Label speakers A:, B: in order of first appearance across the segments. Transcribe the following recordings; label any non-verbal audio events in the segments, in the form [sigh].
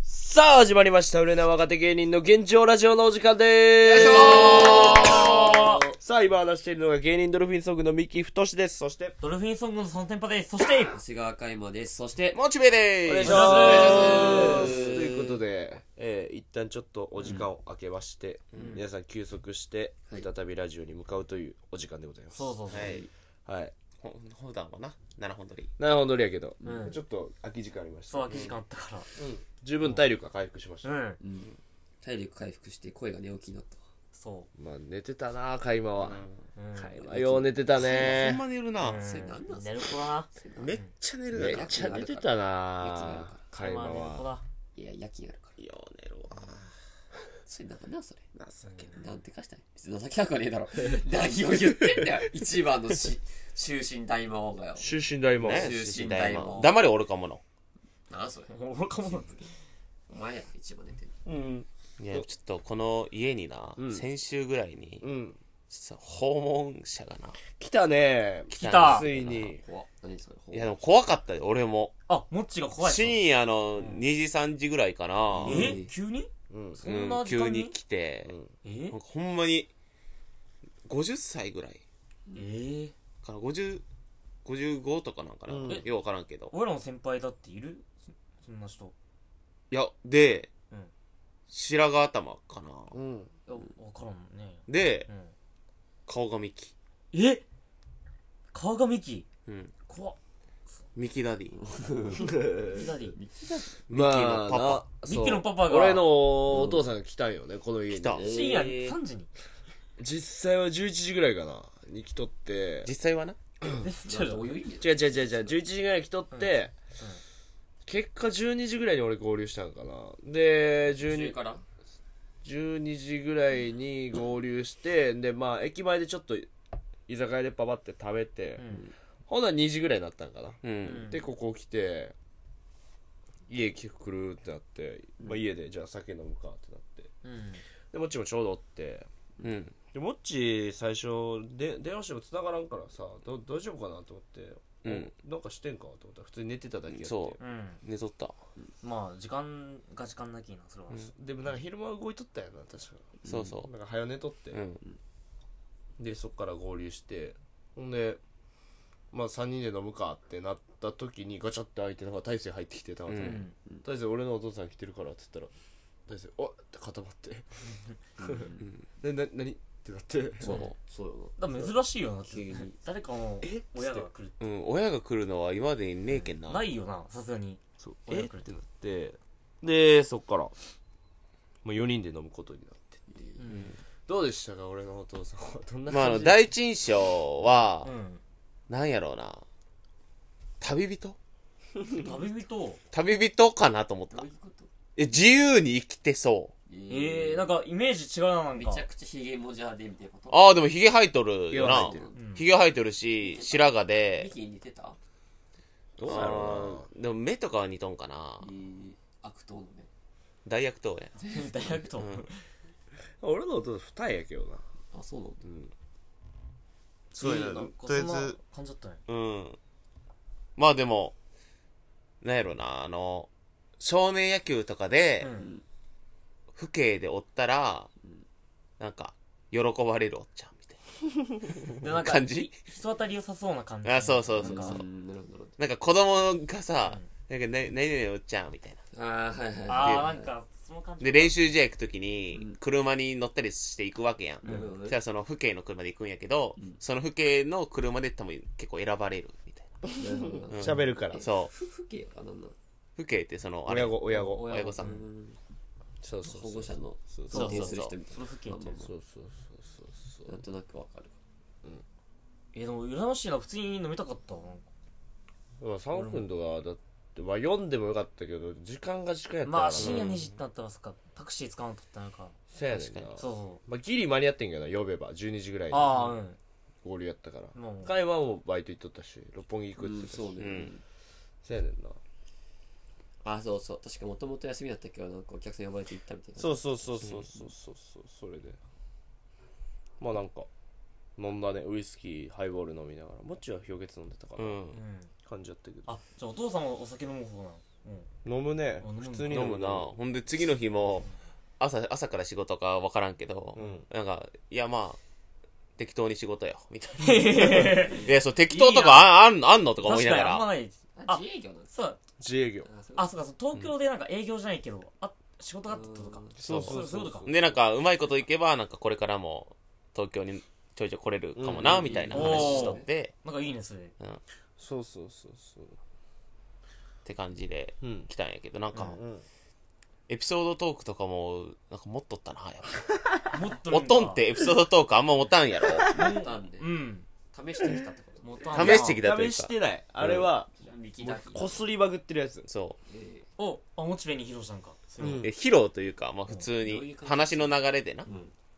A: さあ、始まりました。売れない若手芸人の現状ラジオのお時間でーす。さあ、今話しているのが芸人ドルフィンソングの三木太です。そして、
B: ドルフィンソングの3店舗です。そして、
C: 長谷川海馬です。そして、、
D: モチベです。お願
A: ま
D: いし
A: す。ということで、えー、一旦ちょっとお時間を空けまして、うん、皆さん休息して、うん、再びラジオに向かうというお時間でございます。。
B: そうそうそう
A: はい。はい
D: ほ普段はな7本撮り
A: 7本撮りやけど、うん、ちょっと空き時間ありました、
B: そう空き時間あったから、
A: うん、十分体力が回復しました、うん
C: 体力回復して声が寝起きになった
B: そう
A: まあ寝てたな会話は、会話よう寝てたね
D: ほんま寝るな、
B: それ何なん寝る子な
D: めっちゃ寝る
A: めっちゃ寝てたな会話はい
C: や夜勤あるから
D: よう寝るわ
C: それなんだそれ
D: 情け
C: ないなんてかしたい別に情けなくはねえだろ何を言ってんだよ一番のし終身大魔王がよ
A: 終身大魔王、
C: ね、終身大魔王
D: 黙れ愚か者
C: なそれ
B: 愚か者って
C: お前や一番寝てる
D: うんいやちょっとこの家にな、うん、先週ぐらいに、うん、実は訪問者がな
A: 来たね
B: 来た
A: ついに
D: いやでも怖かったよ俺も
B: あもっちが怖い
D: 深夜の2時3時ぐらいかな、
B: うん、え急に
D: うん、そんな時急に来て、うん、んほんまに50歳ぐらい、
B: えー、
D: から 50… 55とかなんかな、うん、よう分からんけど
B: 俺らの先輩だっているそんな人
D: いやで、うん、白髪頭かな、
B: うん、分からんね
D: で、うん、顔がミキ
B: え顔がミキ
D: うん
B: 怖っ
D: ミキダディ。
B: ミキダディ。ミキダディ。
A: まあ、パパ
B: ミキのパパが。
A: 俺のお父さんが来たんよね、この家に。来た。
B: 深夜3時に。
A: 実際は11時ぐらいかな、に来とって。
D: 実際はな。
B: 違う違う違う違う、
A: 11時ぐらい来とって、結果12時ぐらいに俺合流したんかな。で、12、12時ぐらいに合流して、で、まあ、駅前でちょっと居酒屋でパパって食べて、ほんなら2時ぐらいになったんかな、
D: うん、
A: でここ来て家来るってなって、うん、まあ、家でじゃあ酒飲むかってなって、
B: うん、、
A: でもっちもちょうどおって、
D: うん、
A: でもっち最初で電話しても繋がらんからさど大丈夫かなと思って、
D: うん、
A: なんかしてんかと思ったら普通に寝てただけやって
D: そう
B: うん、
D: 寝とった
B: まあ時間が時間なきなそれは、
A: でもなんか昼間動いとったやな確か、
D: そうそう
A: なんか早寝とって、でそっから合流してほんでまあ、3人で飲むかってなった時にガチャって開いてなんか大勢入ってきてたわけ、うん、大勢俺のお父さん来てるからって言ったら大勢「おっ!」って固まって [laughs] で「な何?」ってなって
D: そうそう
B: だ珍しいよな急に誰かの親が来る
D: うん、親が来るのは今までにねえけんな
B: ないよなさすがに
A: そうえってなってでそっから、まあ、4人で飲むことになってっていう、うん、どうでしたか俺のお父さんはどんな
D: まあ、あの第一印象は、うんなんやろうな。旅人
B: 旅 [laughs] 人。
D: 旅人かなと思った。え、自由に生きてそう
B: ええー、なんかイメージ違うな、なん
C: めちゃくちゃヒゲもじゃでみたいなこと
D: ああ、でもヒゲ生えとるよな。ヒゲ生えとるし、白髪で。
C: ミキに似てた
D: どうやろうな。でも目とかは似とんかな。
C: えー、悪党の目。
D: 大悪党や。
B: 大悪党、うん、
A: 俺の弟二重やけどな。
C: [laughs] あ、そうなんだ。
A: うん
D: すごいな、とりあえず
B: 感じだったね
D: うんまあでもなんやろなあの少年野球とかで、うん、父兄でおったら、うん、なんか喜ばれるおっちゃんみたいな感じ
B: 人当たり良さそうな感じ、
D: ね、あそうそうそうそうなんか子供がさ、うん、なんか何々おっちゃんみたい
C: なあはいはい
B: あなんかその感じ
D: で練習試合行く時に車に乗ったりして行くわけやん、うん、そしたらその父兄の車で行くんやけど、うん、その父兄の車で多分結構選ばれるみたい
A: な喋、うん、るから
D: そう
C: 父兄は何なの
D: 父兄ってその
A: 親御親御
D: 親御さん
C: そうそう保護者の
D: そうそうそうそうそう
B: そう
A: そうそう
C: なんとなくわかる
B: えでも羨ましいな普通に飲みたかったなん
A: か3分とかだってまあ、読んでもよかったけど時間が時間やった
B: まあ深夜2時になったらそっかタクシー使わんとったのか
A: そやねんな、
B: そうそう
A: まあ、ギリ間に合ってんけどな呼べば12時ぐらいに
B: ああうん
A: 合流やったから会話もバイト行っとったし六本木行くって言ってたし、、
C: うん、そうね、うん
A: そやねんな
C: あそうそう確かもともと休みだったけどなんかお客さん呼ばれて行ったみたいな
A: そうそうそうそうそうそうそうそれでまあなんか飲んだねウイスキーハイボール飲みながらもっちは氷結飲んでたから、
D: うん、
A: 感じだったけど
B: あじゃあお父さんはお酒飲む方なの [laughs]
A: 飲むね
B: あ飲むんだ
A: 普通に
D: 飲
A: 飲む
D: むなほんで次の日も朝朝から仕事か分からんけど、
A: うん
D: なんかいやまあ適当に仕事よみたい
B: [laughs]
D: ないやそう適当とかああんあんのとか思い
B: 確か
D: なが
B: にあんま
D: ら
B: ない
C: あ自営業なんです
B: そう
A: 自営業
C: あそう
B: あそうかそう東京でなんか営業じゃないけどあ仕事があったとか
C: うん
A: そうそうそう
B: そ
A: う
B: い
A: そうう
B: ことか
D: でなんかうまいこといけばなんかこれからも東京にちょいちょい来れるかもな、
A: うん
D: みたいな話しとって、
B: なんかいいねそれ
D: うんっ
A: そうそうそうそう
D: て感じで
A: うん
D: 来たんやけどなんか、
A: うん
D: エピソードトークとかもなんか持っとったなやっぱ
B: もっと
D: 持っとんってエピソードトークあんま持たんやろ
C: 持ったんで
B: うん
C: 試してきたってこと
B: 持たんな
D: 試してきたという
A: 試し
D: か
A: てないあれは
C: 力
A: もう
C: なく
A: こすりまくってるやつ
D: そう
C: え
B: おあモチベに披露したんかそれ
A: うん
D: え披露というか、まあ、普通
C: どうい
D: に
C: う感じ
D: 話の流れでな、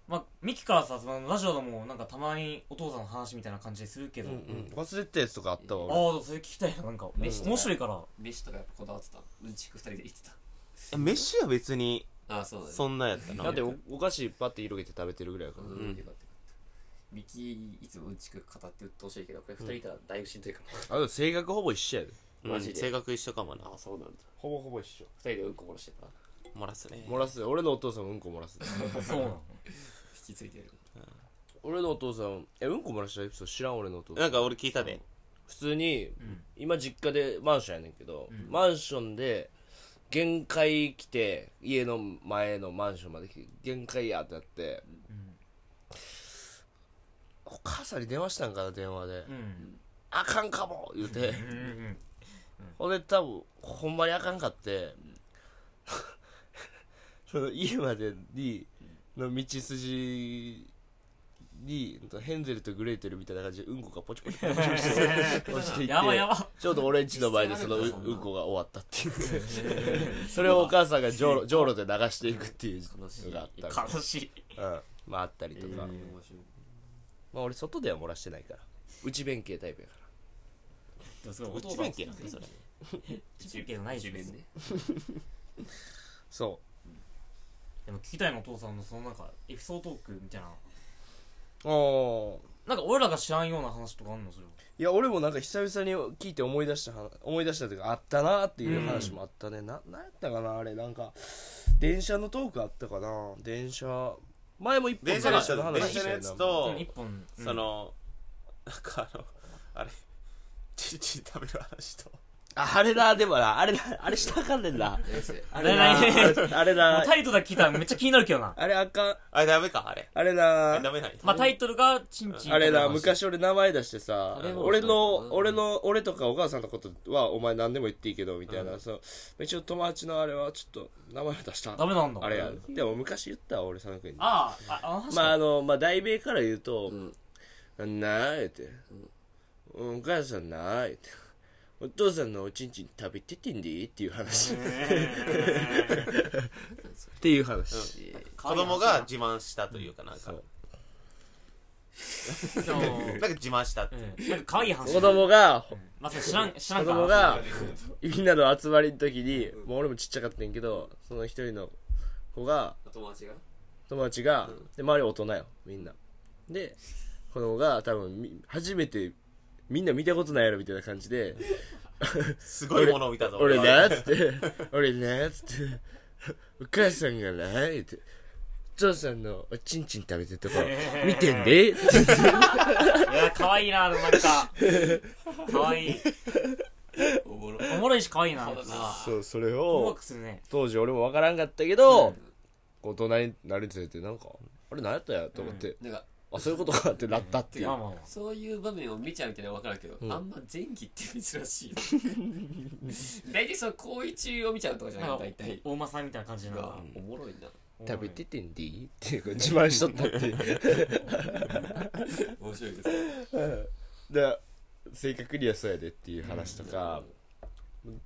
B: まあミキからさそのラジオでもなんかたまにお父さんの話みたいな感じするけ
A: う
B: ど、
A: んうん忘れてたやつとかあったわ俺
B: ああそれ聞きたいななんか面
C: 飯とか
B: 白いから
C: ー飯とかやっぱこだわってたうんちく二人で言ってた
D: 飯は別に
C: ああそうだね
D: んなやった
A: だっておお菓子パッて広げて食べてるぐらいやから
C: う
A: ね
C: んよかったよかったミキいつもうんちく語ってうっとうしいけどこれ二人いたらだいぶしんどいか
A: あでも性格ほぼ一緒やで
D: うん
C: マジで
D: 性格一緒かもな
C: もあそうなんだ
A: ほぼほぼ一緒
C: 二人でうんこ漏らしてた
D: 漏らすね
A: 漏らす俺のお父さんもうんこ漏らす
B: そうなの
C: 引き継いでる
A: 俺のお父さんえうんこ漏らしたエピソード知らん俺のお父さん
D: なんか俺聞いたで
A: 普通に
B: うん
A: 今実家でマンションやねんけど、マンションで限界来て家の前のマンションまで来て限界やってなって、お母さんに電話したんかな電話で、
B: うん
A: あかんかも言うて
B: うんうん
A: ほんで多分ほんまにあかんかって、その家までにの道筋にヘンゼルとグレーテルみたいな感じでうんこがポチポチポチポチして落ちていって
B: やばいやば
A: ちょうど俺んちの前でそのううんこが終わったっていうそれをお母さんがじょうろじょうろで流していくっていうのがあったか
B: 悲しい
A: ら、うん、まああったりとか、まあ俺外では漏らしてないから内弁慶タイプやか
B: でもすごいお父
D: 内
B: さん
D: 弁慶なんだそれ
B: 一面けどないし
C: 自分ね
A: らそ
B: でも聞きたいのお父さんのそのなんかエピソードトークみたいな
A: うああ
B: なんか俺らが知らんような話とかあんのそれはい
A: や俺もなんか久々に聞いて思い出した話思い出したというかあったなっていう話もあったね、ななんやったかなあれなんか電車のトークあったかな電車前も一本
D: 電車のやつ
A: の話したよ
D: 電車のやつ
A: な
D: と
B: でも一本うん
D: そのなんかあのあれチンチン食べる話と
A: ああれだでもなあれだあれした [laughs] らあかんねんな
C: 先生
A: あれな
B: あれな
A: あれ
B: [laughs] も
A: な
B: うタイトルだけ聞いたらめっちゃ気になるけどな
A: あれあかん
D: あれダメかあれ
A: あれ
D: あ
A: な
D: れダメない
B: まあタイトルがチンチン
A: あれな
B: とかの話
A: 昔俺名前出してさ
C: あれも
A: 俺
C: う
A: の
C: ん
A: 俺の俺とかお母さんのことはお前何でも言っていいけどみたいな、そう一応友達のあれはちょっと名前出した
B: ダメなんだ
A: あれやでも昔言ったわ俺佐野君に
B: ああああの話
A: まああのまあ題名から言うと
C: ん
A: 「なあ」言うて「お母さんなあ」言うて「お父さんのおちんちん食べててんで」っていう話っていう話
D: 子供が自慢したというかなんか
B: でも
D: なんか自慢したっ
B: [laughs]
D: て
B: うんなんか可愛い話
A: 子供が
B: まあそれ知らん知ら
A: 子
B: んか
A: 供が
B: ら
A: みんなの集まりの時にもう俺もちっちゃかったんやけどその一人の子が
C: 友達が
A: 友達がで周り大人よみんなで子供が多分み初めてみんな見たことないやろみたいな感じで
D: すごいものを見たぞ
A: 俺
D: は
A: なっつって俺なっつってお母さんがな言ってお父さんのおちんちん食べてるとこ見てんでって
B: いや可愛いなでもなんか可愛い
C: おもろ
B: おもろいし可愛いな
C: そうだな
A: [laughs] そうそれ
B: ワクワ
A: を
B: クするね
A: 当時俺も分からんかったけど大人になるにつれてなんかあれ何やったんやと思って、
C: なんか
A: あそういうことかってなったっていう
B: まあまあまあ
C: そういう場面を見ちゃうみたいなのは分かるけど、
A: ん
C: あんま前期って珍しいよ大体その行為中を見ちゃうとかじゃ
B: な
C: なんい
B: か
C: 大体
B: お大間さんみたいな感じな
C: がおもろいな
A: 食べててんでっていう自慢しとったっていう [laughs]
C: 面白いですね
A: で正確にはそうやでっていう話とか、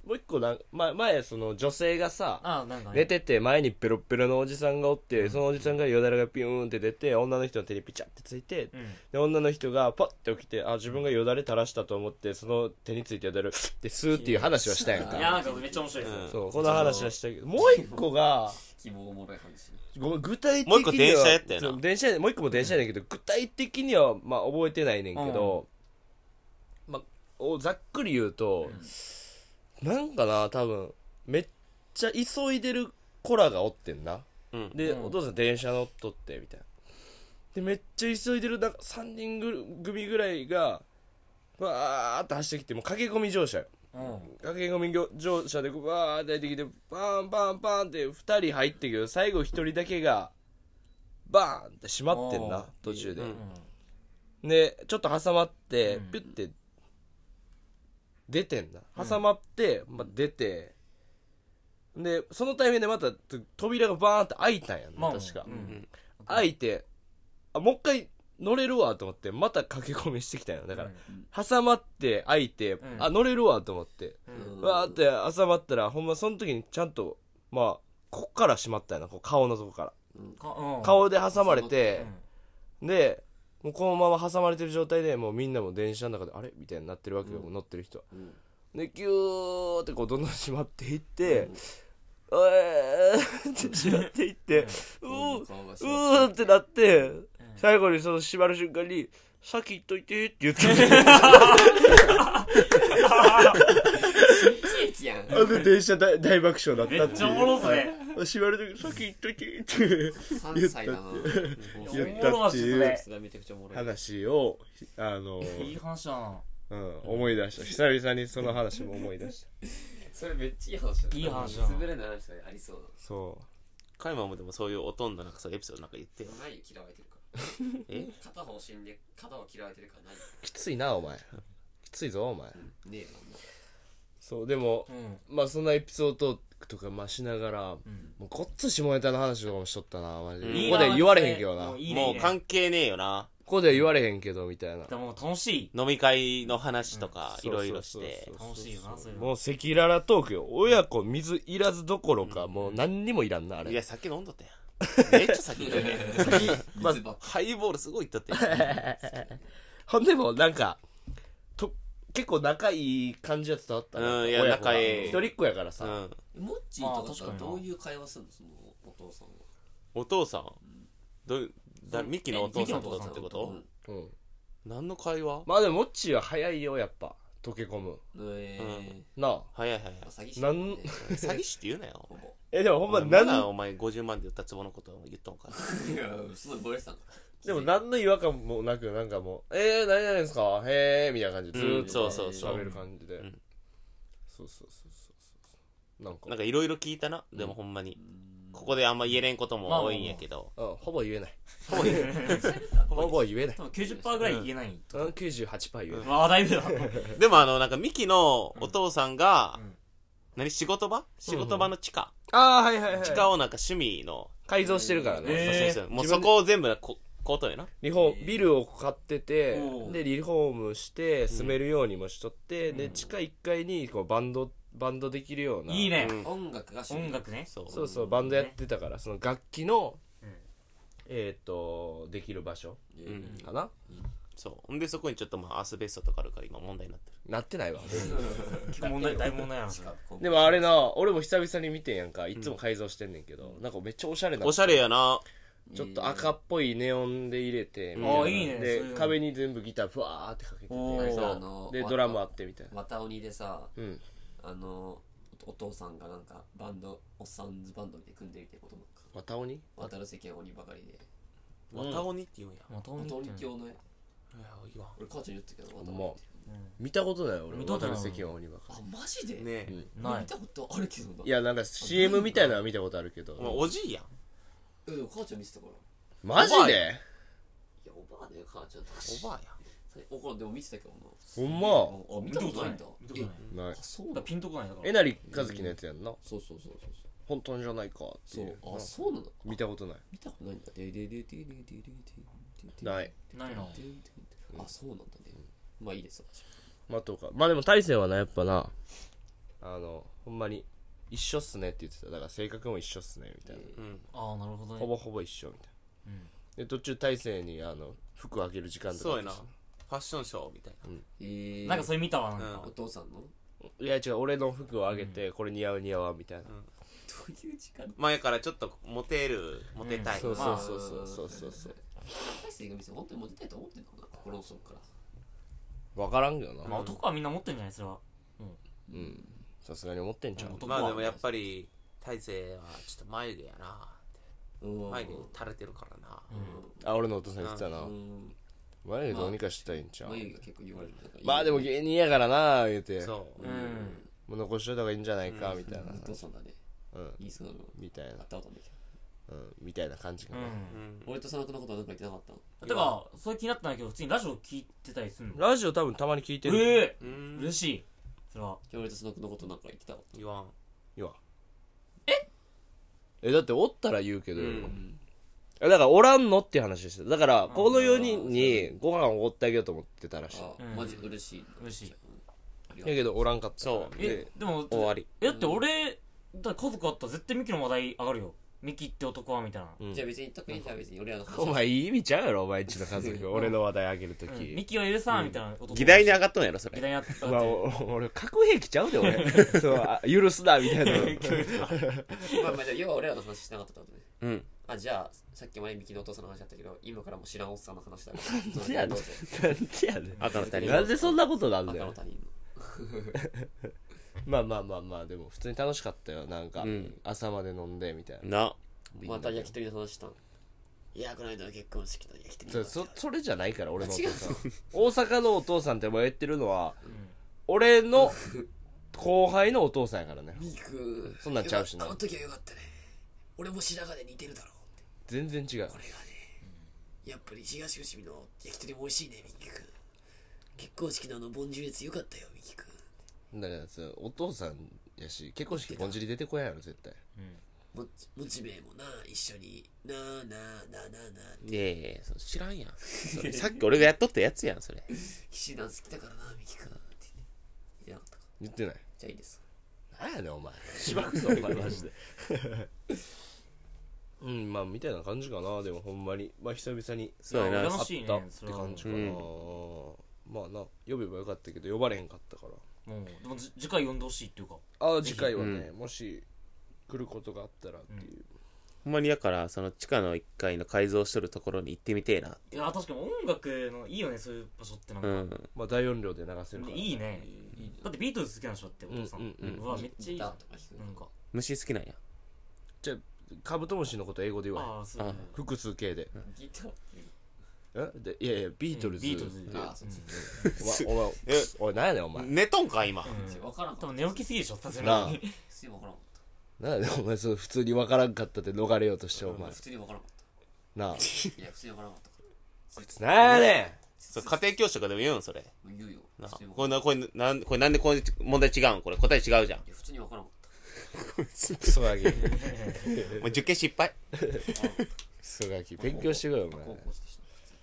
A: もう一個なん、ま、前その女性がさ
B: ああなんかね
A: 寝てて前にペロッペロのおじさんがおって、そのおじさんがよだれがピューンって出て女の人の手にピチャってついて、
B: うん
A: で女の人がパッて起きてあ自分がよだれ垂らしたと思ってその手についてよだれって吸うっていう話はしたやん
B: い
A: か
B: やなんかめっちゃ面白いですよ
A: そうこの話はしたけどもう一個
B: [laughs]
A: が
C: 希望おもろい話
A: ごめん具体的には
D: もう一個電車やったよな
A: そう電車やもう一個も電車やねんけど、具体的にはまあ覚えてないねんけど、まあおざっくり言うと、なんかな多分めっちゃ急いでる子らがおってんな
D: うん
A: で、
B: うん
A: お父さん電車乗っとってみたいなでめっちゃ急いでるなんか3人ぐ組ぐらいがバーって走ってきてもう駆け込み乗車よ
B: うん
A: 駆け込み乗乗車でバーって入ってきてバーンバーンバーンって2人入ってけど最後1人だけがバーンって閉まってん
B: あー
A: な途中で、
D: うん
A: でちょっと挟まって、
B: うん
A: ピュッて出てんな挟まって、まあ、出てでそのタイミングでまたと扉がバーンって開いたんやんな、
B: まあ
A: 確か、
B: うん
A: 開いてあもう一回乗れるわと思ってまた駆け込みしてきたんよだから、挟まって開いて、
B: ん
A: あ乗れるわと思って、
B: うん
A: わーって挟まったらほんまその時にちゃんとまあこっから閉まったよなこう顔のとこから
B: かうん
A: 顔で挟まれ
B: う
A: て、
B: ん
A: でもうこのまま挟まれてる状態でもうみんなも電車の中であれみたいになってるわけよ、乗ってる人は、でキューってこうどんどん閉まっていって「うえー」って閉まっていって「うーう
C: 顔が閉ま
A: ー」ってなって最後にその閉まる瞬間に「先行っといて」って言って
C: ケーキやん。
A: で電車大大爆笑だっ
B: め
A: た
B: っ
A: って
B: ち
A: い
B: ゃおも
A: う
B: ろそれ
A: 閉まる時「先行っといて」って
C: 3歳だな。
A: [laughs] 言っ
B: おもろ
A: たっ
B: いってす
A: いう
B: ね
C: それはめちゃくちゃおもろい。
A: 話をあの、
B: いい話だな
A: うん、思い出した久々にその話も思い出した
C: それめっちゃいい話だない
B: い話だな
C: 滑らない話だねありそう
A: そう
D: カイマンもでもそういうおとんのなんかそういうエピソードなんか言ってよ
C: だ。ないよ、嫌われてるから。
D: え
C: 片方死んで、片方嫌われてるからないよ。
A: きついなお前きついぞお前
C: [laughs] ねえよ、も
A: そうでも
B: う、ん
A: まあそんなエピソードとかまあしながら、
B: ん
A: もうごっつ下ネタの話とかもしとったなマジで、
D: うん
A: ここでは言われへんけどな
B: もういいねい
D: も
B: いうね
D: 関係ねえよな
A: ここでは言われへんけどみたいな
B: でも楽しい
D: 飲み会の話とかい
A: そう
D: ろい
A: そ
D: ろ
A: う
D: し
A: そう
D: て
A: そう
B: 楽しいよなそれは
A: もう赤裸々トークよ親子水いらずどころか、もう何にもいらんなあ
D: い
A: れ
D: や酒飲んどったやんめっちゃ酒
C: [laughs]
D: 飲んどったやん
C: う。まず、
D: ハイボールすごいいっとったやん
A: [laughs] ほんでもなんかと結構仲いい感じは伝わったな
D: うんいや
A: 親子が
D: 仲いい
A: 一人っ子やからさ、
D: うん
C: モッチーとかだったらどういう会話するのそのお父さんは。
D: お父さんどうだミキのお父さん
B: ミキの
D: と
B: お父
D: か
B: さん
D: ってこと
A: うん
D: 何の会話
A: まあでもモッチーは早いよやっぱ溶け込む
C: うん。えー
A: なあ
D: 早い早い
C: まあ詐欺師
A: な
C: だ
A: ん
C: もね
D: 詐欺師って言うなよ
C: ほぼ。
A: えでもほ
D: お
A: んま
D: 前
A: 何
D: まだお前50万で売った壺のことを言っとんか
C: いや、すごい、ボレてたんか。
A: でも何の違和感もなくなんかもう「えー、何々ですかへえ」みたいな感じでずーっ
D: う
A: と
D: んそうそうそう
A: 喋る感じで、
D: うん
A: そうそうそうそうそうなんか
D: なんかいろいろ聞いたなでもほんまにここであんま言えれんことも多いんやけど
A: うん、ほぼ言えない
D: ほぼ言えん
A: ほぼ言えない
B: [laughs] 多分90%ぐらい言えないと
A: うん98%言えない、
B: まあだいぶだ
D: でもあのなんかミキのお父さんが
B: うん
D: 何仕事場仕事場の地下
A: ああはいはいはい
D: 地下をなんか趣味の
A: 改造してるからね、
B: えー
D: そうそうそうもうそこを全部こことやな
A: リフォームビルを買ってて
B: おう
A: でリフォームして住めるようにもしとって、で地下1階にこうバンドバンドできるようない
B: いね
D: うん
C: 音楽が趣味
B: 音楽ね
D: そう
A: そうそうバンドやってたからその楽器の、
B: うん
A: えっ、とできる場所
C: え
D: うん
C: ー
A: かな、
D: そうほんでそこにちょっとまあアスベストとかあるから今問題になってる
A: なってないわ
B: 結構問題大問題なんです
C: 近
B: よ
C: くこう
A: でもあれな俺も久々に見てんやんかいつも改造してんねんけど、なんかめっちゃおしゃれな
D: おしゃれやな
A: ちょっと赤っぽいネオンで入れて、みた
B: あ
A: な
B: ーいいね
A: で
B: そういうの
A: 壁に全部ギターふわーってかけて
B: お
A: て
B: ー
C: さあの
A: でドラムあってみたいな
C: 綿鬼でさ
A: うん
C: あのおお父さんがなんかバンドおっさんズバンドで組んでるってことなんか
A: 綿鬼
C: 渡る世間は鬼ばかりで
A: うん
D: 綿鬼って言うんや
B: まあどう
C: 渡
B: 見ても
C: 鬼教の
D: いや言わ
C: 俺母ちゃんに言ったけど渡る
A: ほんま
C: 鬼
A: 見たことない俺
B: 見たことない
A: 渡る世間は鬼ばか
C: あマジで
D: んねえ
A: り、うん
C: 俺
B: ない
C: 見たことあるけどない
A: やなんか CM みたいなのは見たことあるけど、
D: お前おじいやん
C: うん母ちゃん見せたからい
A: マジ
D: おばあ
A: で
C: やおばあだよ母ちゃん
D: おばあや
C: それおこらでも見てたけどな
A: ほんま
C: あ見たことないんだ
B: 見たことない
C: え
A: ない
C: あそう
B: だから
C: なの
B: ピンとこないだか
A: え
B: ら
A: なりかずきのやつやんな
C: そうそうそうそう
A: 本当じゃないかって
C: そ
A: いうう
C: あそうなの
A: 見たことない
C: 見たことないんだででででででででで
A: ない
B: ないな
C: あそうなんだねまあいいです
A: まあとかまあでも大勢はなやっぱなあのほんまに一緒っすねって言ってただから性格も一緒っすねみたいな、
D: うん
B: ああなるほど
A: ほ
B: ね
A: ぼほぼ一緒みたいな、で途中大勢にあの服あげる時間とか
D: そうやなファッションショーみたいな
C: えー
B: なんかそれ見たわなんか
C: お父さんのど
A: いや違う俺の服をあげて、これ似合う似合わんみたいな、
C: ういう時間
D: 前からちょっとモテるモテたい
A: そう
D: ま
A: そう
D: あ
A: そうそうそうそうそう
C: 大勢が見せ本当にモテたいと思ってんのかな心の底から
A: 分からんけどな、
B: まあ男はみんな持ってんじゃないそれは
A: うんさすがに思ってんじゃん
B: 男
D: ま
B: は
D: あでもやっぱり大勢はちょっと眉毛やな
C: うん
D: 眉毛垂れてるからな、
A: あ俺のお父さん言ってたな
C: うん
A: 眉毛どうにかしたいんちゃう
C: 眉毛が結構言われるなんかいい
A: まあでも芸人やからな言うても
D: そう、
B: う
A: う
B: ん
A: 残しといた方がいいんじゃないかみたいな
C: お父さんだね
A: うん
C: いいその
A: みたい
C: あ
A: な
C: ったことないけど
A: うんみたいな感じか
B: う
A: なん
D: うん
C: 俺と佐野君のことはなんか言ってなかったの
B: 例えばそれ気になったんだけど普通にラジオ聞いてたりするの
A: ラジオ多分たまに聞いてる
B: ええ
D: うん
B: 嬉しいそれは
C: 今日俺と佐野君のことなんか言ってたの
D: 言わん
A: 今ええだっておったら言うけど
D: うん
A: えだからおらんのっていう話してただからこの4人にご飯をおごってあげようと思ってたらしい
C: あ、
B: うん
C: マジ嬉しい
B: 嬉しい
A: やけどおらんかったから
D: そう
B: え
D: で
B: でも
D: 終わり
B: えだって俺だって家族あったら絶対ミキの話題上がるよミキって男はみたいな、
A: うん
C: じゃあ別に特にじゃあ別に俺らの話
A: お前いい意味ちゃうやろお前んちの家族俺の話題あげると
B: うん
A: き
B: ミキは許さんみたいな男
D: 議題に上がったんやろそ
B: 議
D: れ
B: 題にあった
A: まあ、お [laughs] 俺核兵器ちゃうで [laughs] 俺そうあ許すなみ [laughs] たいな
C: まあまあじゃあ要は俺らの話しなかったってことね
D: うん
C: あじゃあさっき前ミキのお父さんの話だったけど今からもう知らんおっさんの話だか
A: [laughs] なんでや
C: ら
A: ね
C: ど
A: ん
C: うぞ
A: なんでやね
D: 赤の他
A: ん
D: 人
A: なんでそんなことなんだ
C: 赤の
A: よ
C: 他人の
A: まあまあまあまあでも普通に楽しかったよなんか、
D: うん
A: 朝まで飲んでみたいな
D: な
A: ビール
C: また焼き鳥の話したんいやこの間の結婚式の焼き鳥の
A: そ
C: 話
A: そそれじゃないから俺のお父さん大阪のお父さんってお前言ってるのは、
B: ん
A: 俺 [laughs] の後輩のお父さんやからね
C: ミク
A: そんなんちゃうしな
C: あの時はよかったね俺も白髪で似てるだろうって
A: 全然違う
C: これがねやっぱり東伏見の焼き鳥も美味しいねミキ君結婚式のあのボンジュレツよかったよミキ君
A: だからさお父さんやし結婚式ぼんじり出てこやんやろ絶対
C: もモチベもな一緒になあなあなあなあなあ
D: いやいやいやそ知らんやんそれさっき俺がやっとったやつやんそれ [laughs]
C: 岸田好きだからなミキ君って言ってなかったか
A: 言ってない
C: じゃあいいです
A: なんやねんお前しばくぞお前マジでうんまあみたいな感じかなでもほんまにまあ久々に
D: そうやな
A: 会
B: 楽
A: っ
B: しいね
A: たっ
B: そ
A: て
B: れは
A: 感じかな、
D: う
A: まあな呼べばよかったけど呼ばれへんかったから
B: もうでもじ次回呼んでほしいっていうか
A: ああ次回はね、もし来ることがあったらっていう、
D: ほんまにだからその地下の1階の改造しとるところに行ってみてえない
B: や確かに音楽のいいよねそういう場所ってなん
D: う
B: か、
D: ん
A: まあ大音量で流せるから
B: いいねだってビートルズ好きなんでしょってお父さん、
A: う
B: うん
A: うんうん
B: わめっちゃいい
C: ギ
B: な
C: ター
B: ん
C: とか弾く
B: か
D: 虫好きなんや
A: じゃあカブトムシのこと英語で言わへん
B: ああそうだね
A: 複数形で、
C: ギター
A: えでいやいやビートルズ
B: ビートルズ
A: で
C: ああそっち
A: お前お前
D: え
A: おいなんやねんお前
D: 寝とんか今
B: うん
C: 分からん
B: 多
C: かった
B: 分寝起きすぎでしょさす
A: な
B: が [laughs]
A: あ
B: に
C: 普通に分からんか
A: なん
C: っ
A: やねんお前その普通に分からんかったって逃れようとしてお前
C: た普通に分からんかっ
A: なあ
C: たいや普通に分からんかったから
A: なんやね
D: そう家庭教師とかでも言うんそれ
C: もう言うよ
D: な
C: 普通に分か
D: これなこれなんこれなんでこれ問題違うんこれ答え違うじゃん
C: らんいや普通に分からんかった
A: んクソガキク
D: もう受験失敗
A: ソガ [laughs] キ勉強してこいよお
C: 高
A: 前
C: 校してした普通に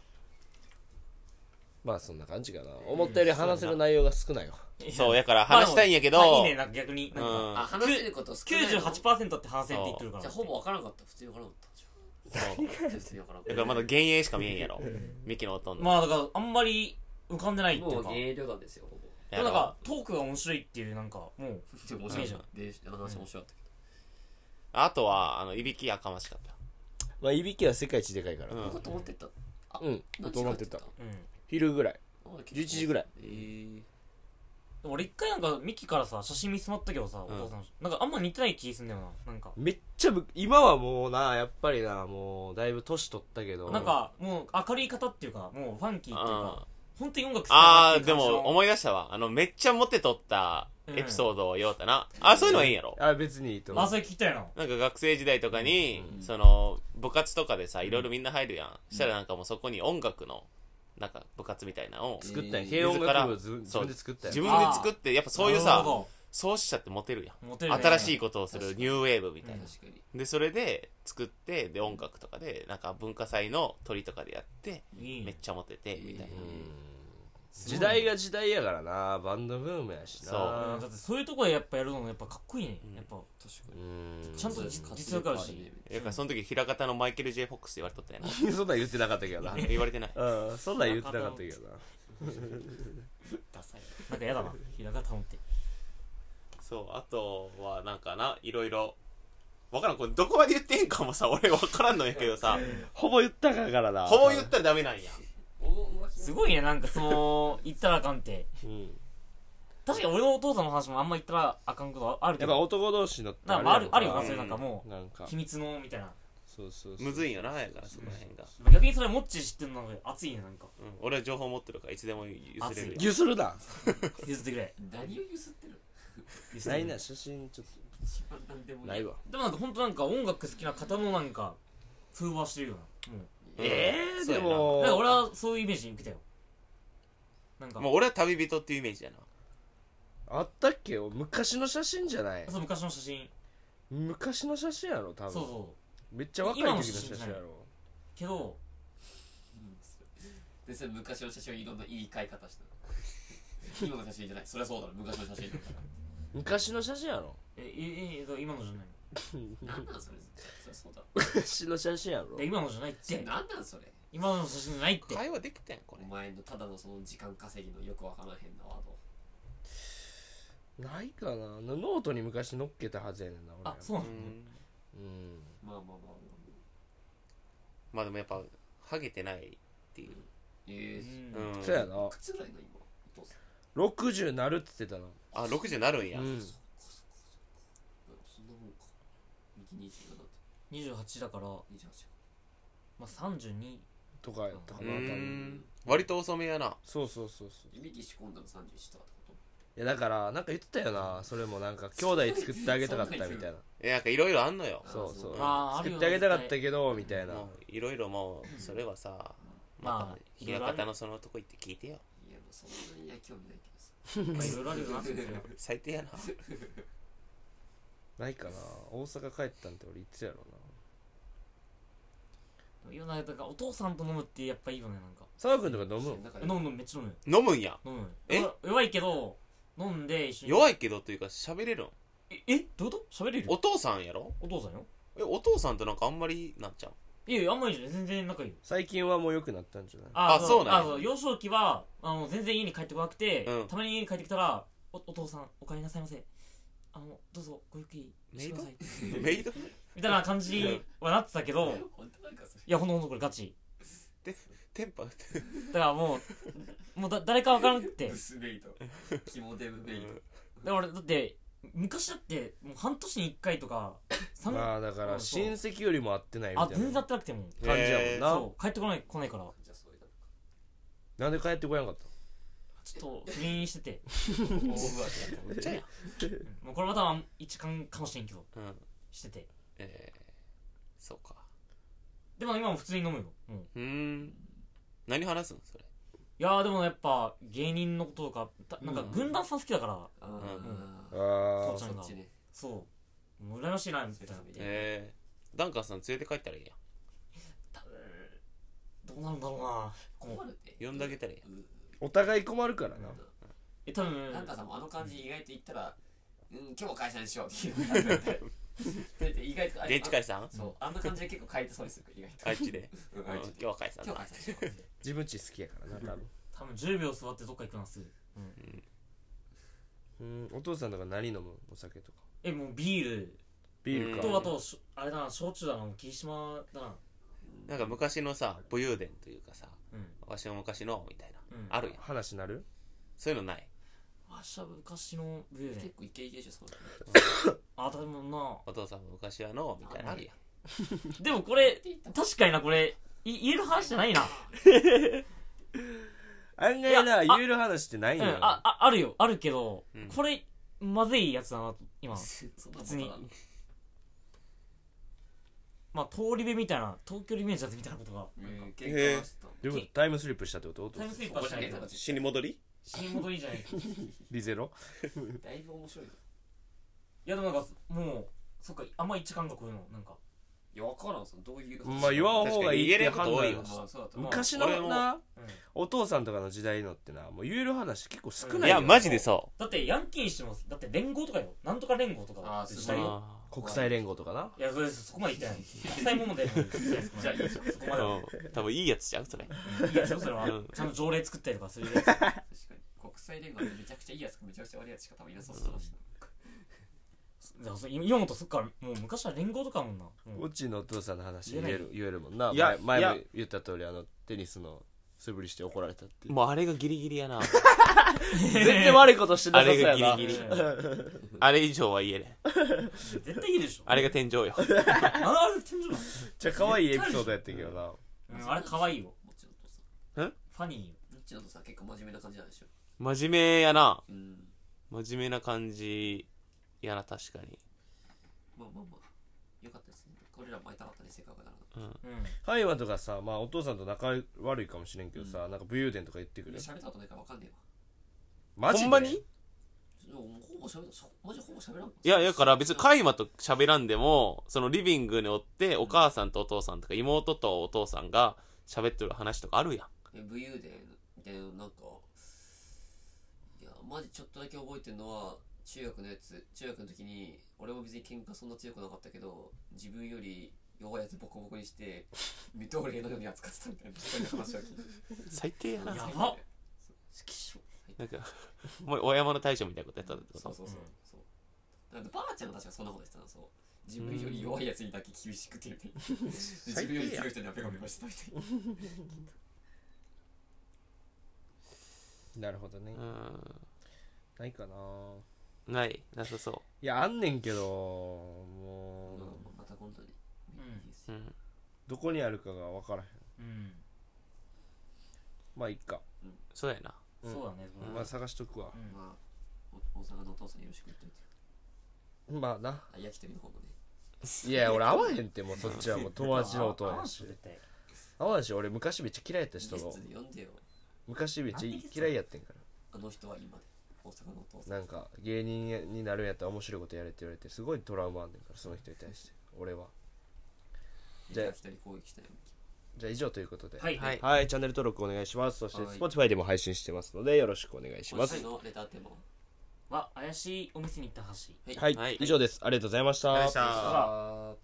A: まあそんな感じかな思ったより話せる内容が少ないわ
D: そうやから話したいんやけど、
B: まあでもまあいいねなんか逆になんか
D: うん
C: あ話せること少ないの
B: 98%って話せんって言ってるから
C: じゃあほぼ分からんかった普通に分からんかったじゃあ普通に分からんか
D: だ
C: っ
D: からまだ幻影しか見えん
B: [laughs]
D: やろミキのほとんど、
B: まあだからあんまり浮かんでないって
C: たも
B: いううか
C: 現役旅団ですよほぼ
D: や
B: な
D: ろ
B: んかトークが面白いっていうなんかもう
C: でも面白いじゃん。で、あの話面白かったけ
D: あとはあのいびきやかましかった
A: まあいびきは世界一でかいから
D: う
C: ど。
D: ん
C: ここ泊まってったあ
A: うん
C: 何
A: 泊
C: 時
A: ま
C: 間
A: ってた
C: や
B: うん
A: 昼ぐらい
C: あ
A: 11時ぐらい。
C: えー
B: でも俺一回なんかミキからさ写真見せまったけどさお父さんのなんかあんま似てない気すんだよななんか
A: めっちゃぶ今はもうなやっぱりなもうだいぶ年取ったけど
B: なんかもう明るい方っていうかもうファンキーっていうか本当に音楽好き
D: あ
B: な
D: あでも
B: い
D: 思い出したわあのめっちゃモテとったエピソードを言おうたな、あそういうのはいいんやろ
A: あ別にいいと思
B: あ
A: う
B: それ聞きたいな
D: なんか学生時代とかに、その部活とかでさいろいろみんな入るやん、したらなんかもうそこに音楽のなんか部活みたいなのを
A: 作ったんや
C: えー
A: 軽音楽部をず自
D: そう
A: 分で作ったん
D: 自
A: や
D: 分で作ってやっぱそういう
B: なる
D: さ
B: ほど
D: 創始者ってモテるやん
B: モテるね
D: 新しいことをするニューウェーブみたいな、
C: 確かに。
D: でそれで作ってで音楽とかでなんか文化祭の鳥とかでやって
B: いい
D: めっちゃモテてみたいな、
A: 時代が時代やからなバンドブームやしな
D: そ
B: うんだってそういうとこでやっぱやるのやっぱかっこいいねやっぱ
C: 確か
A: うん
B: ちゃんと実実力あるし
D: だからその時平方のマイケル・ J ・フォックスって言われとったや
A: そんなん言ってなかったけど
B: [laughs]
A: な
D: な言われてない
A: うんそんなん言ってなかったけどな
B: ダサいなんかやだな平方もって
D: そうあとはなんかないろいろわからんこれどこまで言っていいんかもさ俺わからんのやけどさ
A: ほぼ言ったかからな
D: ほぼ言ったらダメなんや
C: に。おお、うわ、
B: すごいねなんかその言ったらあかんって
A: うん
B: 確かに俺のお父さんの話もあんま言ったらあかんことあるけ
A: やっぱ
B: ど
A: 男同士のって
B: なんかあるあるよな
D: うん
B: それなんかも
A: なんか
B: う秘密のみたいな
A: そうそうそう
D: むずいよなやからそこら辺が、
B: 逆にそれモッチー知ってるのが熱いねなんか
D: うん、俺は情報持ってるからいつでも譲れるよ
A: ゆするな
B: 譲ってくれ
E: 何をゆすってる
B: 譲
A: [laughs]
B: っ
A: な
B: て
A: い
B: くれ
A: な写真ちょっ
E: 一番なんでも
A: と
E: いい
A: ないわ
B: でもなんか本当なんか音楽好きな方のなんか風貌はしてるよなも
D: うん
A: ー
D: そうやな
B: うだから俺はそういうイメージに受けたよなんか
D: もう俺は旅人っていうイメージやな
A: あったっけ昔の写真じゃない
B: そう昔の写真
A: 昔の写真やろ多分
B: そうそう
A: めっちゃ若い時の写真やろ
B: けど
C: うんでそれ昔の写真をいろんな言い換え方してる今の写真じゃないそりゃそうだろ昔の写真だから
A: 昔の写真やろ
B: ええええ今のじゃない
C: 何なんそれそりゃそうだろ
A: 昔の写真やろ
B: で今のじゃないっ
C: それ
B: て
C: 何なんそれ
B: 今の写真じゃないって
D: 会話できてんこ
C: お
D: れ
C: 前のただのその時間稼ぎのよくわからへんなワード
A: ないかなノートに昔載っけたはずやねんな俺
B: あそうな
D: う
B: の
D: ん
A: うん
C: まあまあまあ
D: まあでもやっぱハゲてないっていう
B: う
C: ええー、
D: うんん
A: そうやない
C: くつぐらいの今お父さん
A: 60なるって言ってたな
D: あ60なるんや、
A: うん
C: そんなもんか右27だって
B: 28だから、ま
C: 28か
B: あ、32
A: とかやったか
D: う
A: な多分
D: ん割と遅めやな
A: そうそうそうそう
C: 指切仕込んだの31とかってこ
A: いやだからなんか言ってたよなそれもなんか兄弟作ってあげたかったみたいな
D: えなんかいろいろあんのよ
C: あ
A: そうそう
B: あーある
A: 作
B: よ
A: ってあげたかったけどみたいな
D: もういろいろもうそれはさ
B: まあ
D: またひな方のそのとこ行って聞いてよ
C: といやもうそんなに野球見ないけどさ
B: まあいろいろあるよなそれ
A: [laughs]
B: は
D: 最低やな
A: ないかな大阪帰ったんって俺いつやろうない
B: やなんかお父さんと飲むってやっぱいいよねなんか
A: 澤君とか飲むの
C: だから
B: 飲む飲むめっちゃ飲むよ
D: 飲むんや
B: 飲むよ
D: え
B: 弱弱いけど飲んで一緒に
D: 弱いけどというか喋れるん
B: ええどういうこと喋れる
D: お父さんやろ
B: お父さんよ
D: えお父さんとなんかあんまりなっちゃう
B: いやいやあんまりじゃない全然仲いいよ
A: 最近はもう良くなったんじゃない
D: あそうな
B: あ
D: んや
B: そう幼少期はあの全然家に帰ってこなくて、
D: うん
B: たまに家に帰ってきたらおお父さんお帰りなさいませあのどうぞごゆっくりしてください
D: [laughs] メイド
B: みたいな感じはなってたけど
C: 本当なんかそれ
B: いやほんとほんとこれガチ
D: テンパって
B: だからもう [laughs] もうだ誰かわからんくて
C: ブスベイト肝デブベイト
B: だから俺だって昔だってもう半年に1回とか三
A: まあだか
B: う
A: ら
B: んそう
A: 親戚よりも会ってないみ
B: あ
A: たい
B: 全然会
A: な
B: ってなくても
A: 感じやもんな、
B: そう帰ってこない来ないから
C: じゃあそういうのか
A: なんで帰ってこやんかったの
B: ちょっと不倫してて
C: 大浮気だった
D: むっちゃや
B: うんもうこれまた一貫かもしれんけど
D: うん
B: してて
D: えー、そうか
B: でも今も普通に飲むよもう
D: うーん何話すのそれ
B: いやーでもやっぱ芸人のこととかたなんか軍団さん好きだから、
C: ああ
A: あ
B: 父ち
A: ー
B: ゃん
C: そ
B: が
C: っちね
B: そうもう羨ましいなみたいな
D: えー、ダンカンさん連れて帰ったらいい
B: 多分どうなるんだろうな
C: 困
B: こう
C: るね
D: やん呼んであげたらいいやん
C: うん
A: お互い困るからな
B: え多分
C: なんかさあの感じ意外と言ったらうん今日も解散しようっていう感じで意外とあれ
D: 現地解散
C: そうあんな感じで結構変えてそうにするから意外と
D: あっちで
C: うん
D: うん
C: あい
D: 今
C: つ
D: 日は解散
C: 今日
D: だ
C: 解散しようって
A: 自分ち好きやからな多分
B: 多分10秒座ってどっか行くなすぐ、うん、
A: うんお父さんとか何飲むお酒とか
B: えもうビール
A: ビールか
D: うん
B: とあとしょあれだな焼酎だなもう霧島だな
D: なんか昔のさ武勇伝というかさ
B: うん
D: わしは昔のみたい
B: う
D: な、
B: ん
D: あるやん
A: 話なる
D: そういうのない
B: あしゃ昔のビール
C: 結
B: で
C: 構イケイケでしょそうだね
B: あ多分な
D: お父さんも昔はのみたいなあるやん
B: でもこれ確かになこれい言える話じゃないな
A: 案外
B: い
A: な
B: やあ
A: 言える話ってない
B: うんん
A: だよ、
B: あああるよあるけど、
D: うん
B: これまずいやつだな今
C: そんな
B: 普
C: こ
B: 通
C: と
B: に
C: なの
B: まあ通り部みたいな東京リベンジャーズみたいなことが
C: うん結構話してた
A: どういうことタイムスリップしたってことお父さ
B: タイ
A: ん
B: ムスリップはしないけど
D: 死に戻り
B: 新戻りじゃないい
A: リゼロ
C: だいぶ面白いよ
B: やでもなんかもうそっかあんま一感覚のなんか
C: いやわからんそのどういう
A: まあ言わん方がいいって判
D: 確か
A: 断
D: に言える
A: よ
D: こと
C: まあそうだと思う
A: 昔のな
B: うん
A: お父さんとかの時代のってなもう言える話結構少ないよ、
B: いや
D: いや
B: マ
D: マ
B: ジ
D: ジ
B: で
D: でそ
B: だってヤンキーにしてもだって連合とかよなんとか連合とか
C: あー
B: 時
D: う
C: だ
B: 代
C: よ
B: よ
D: あ
A: 国際連合とかない
B: やそれそこまで言ってない国際問題のじ
C: じゃあいいじ
B: そこまでは
D: ーうん多分いいやつちゃうそれ
B: いいやつよそれは
D: うん
B: ちゃんと条例作ったりとかするやつ
C: 確かに国際連合ってめちゃくちゃいいやつかめちゃくちゃ悪いやつしか多分いなさそうだし
B: だからそれ今本そっからもう昔は連合とかやもんなもう
A: オッチーのお父さんの話
B: 言え
A: 言
B: ない
A: える言えるもんない
D: や
A: 前
D: い
A: 前
D: や
A: も言った通りあのテニスの素振りして怒られたっていう
D: もうあれがギリギリやな。
F: 全然悪いことしてな
D: あ
F: さそう
D: れが
F: やな
D: ギリギリ。
B: うん
D: あれ以上は言えない。
B: 絶対いいでしょ
D: あれが天井よ。
B: あのあれ天井なの
A: じゃ可愛いエピソードやってんけどな
B: うんあれ可愛いよ
C: もちろんとさ
B: ファニーよ
C: もちろんとさ結構真面目な感じなんでしょ
D: 真面目やな。
C: うん
D: 真面目な感じやな、確かに。
C: まあまあまあよかったですねこれら前たかったね性格だな
B: うん
A: ハイワとかさまあお父さんと仲悪いかもしれんけどさ、なんか武勇伝とか言ってく
C: い
A: る
C: や喋ったことないからわかんねえ
A: マ
C: わ
A: ジで
D: ほんまに
C: でももうほぼ喋ったそマジほぼ喋らん
D: いや、だから別にカイマと喋らんでも、そのリビングにおって、お母さんとお父さんとか妹とお父さんが喋ってる話とかあるやん。
C: え武勇伝でなんかいやマジちょっとだけ覚えてるのは中学のやつ中学の時に俺も別に喧嘩そんな強くなかったけど自分より弱いやつボコボコにして見とれのように扱ってたみたいなそういう話は聞いて
D: 最低やな。
B: や
C: 好
B: ば
C: きしょ
D: なんか、お前、お山の大将みたいなことやったってこ
C: そう
D: と
C: そうそうそうなんかばあちゃんが確かそんなこと言ってたのそう自分より弱いやつにだけ厳しくてみたいなで自分より強い人にはペコペコしてたみたいな
A: なるほどね、
D: う。
A: ないかなん
D: ない。なさそ
A: いやあんねんけどもう、
C: うんまた今度に
B: ん
D: う。うん。
A: どこにあるかが分からへん
B: うん
A: まあいっか、
D: そうやな。
A: うん
B: そうだねそうだね
A: まあ探しとくわ、
B: うん
C: まあお大阪のお父さんによろしく言っといて
A: まあな
C: あ焼き鳥の方もね
A: いや俺合わへんってもうそっちは [laughs] もう友達の音
B: ああ
A: や
B: ん
A: し
B: 絶対
A: 合わんし俺昔めっちゃ嫌いやった
C: ゲス
A: 人
C: ト
A: の
C: で呼んでよ
A: 昔めっちゃ嫌いやってんから
C: あの人は今で大阪のお父さん
A: なんか芸人になるんやったら面白いことやれって言われてすごいトラウマあんねんからその人に対して俺はじゃあ
C: 焼き鳥攻撃したよ
A: じゃあ以上ということでは
B: はい
D: はい
A: はい、チャンネル登録お願いしますそして
C: はい
A: Spotify でも配信してますのでよろしくお願いし
C: 今
A: ます
C: 週のレターテーマは
B: は怪しいお店に行った橋
A: はい、
D: はい
A: 以上ですありがとうございました
D: ありがとうございました
A: あー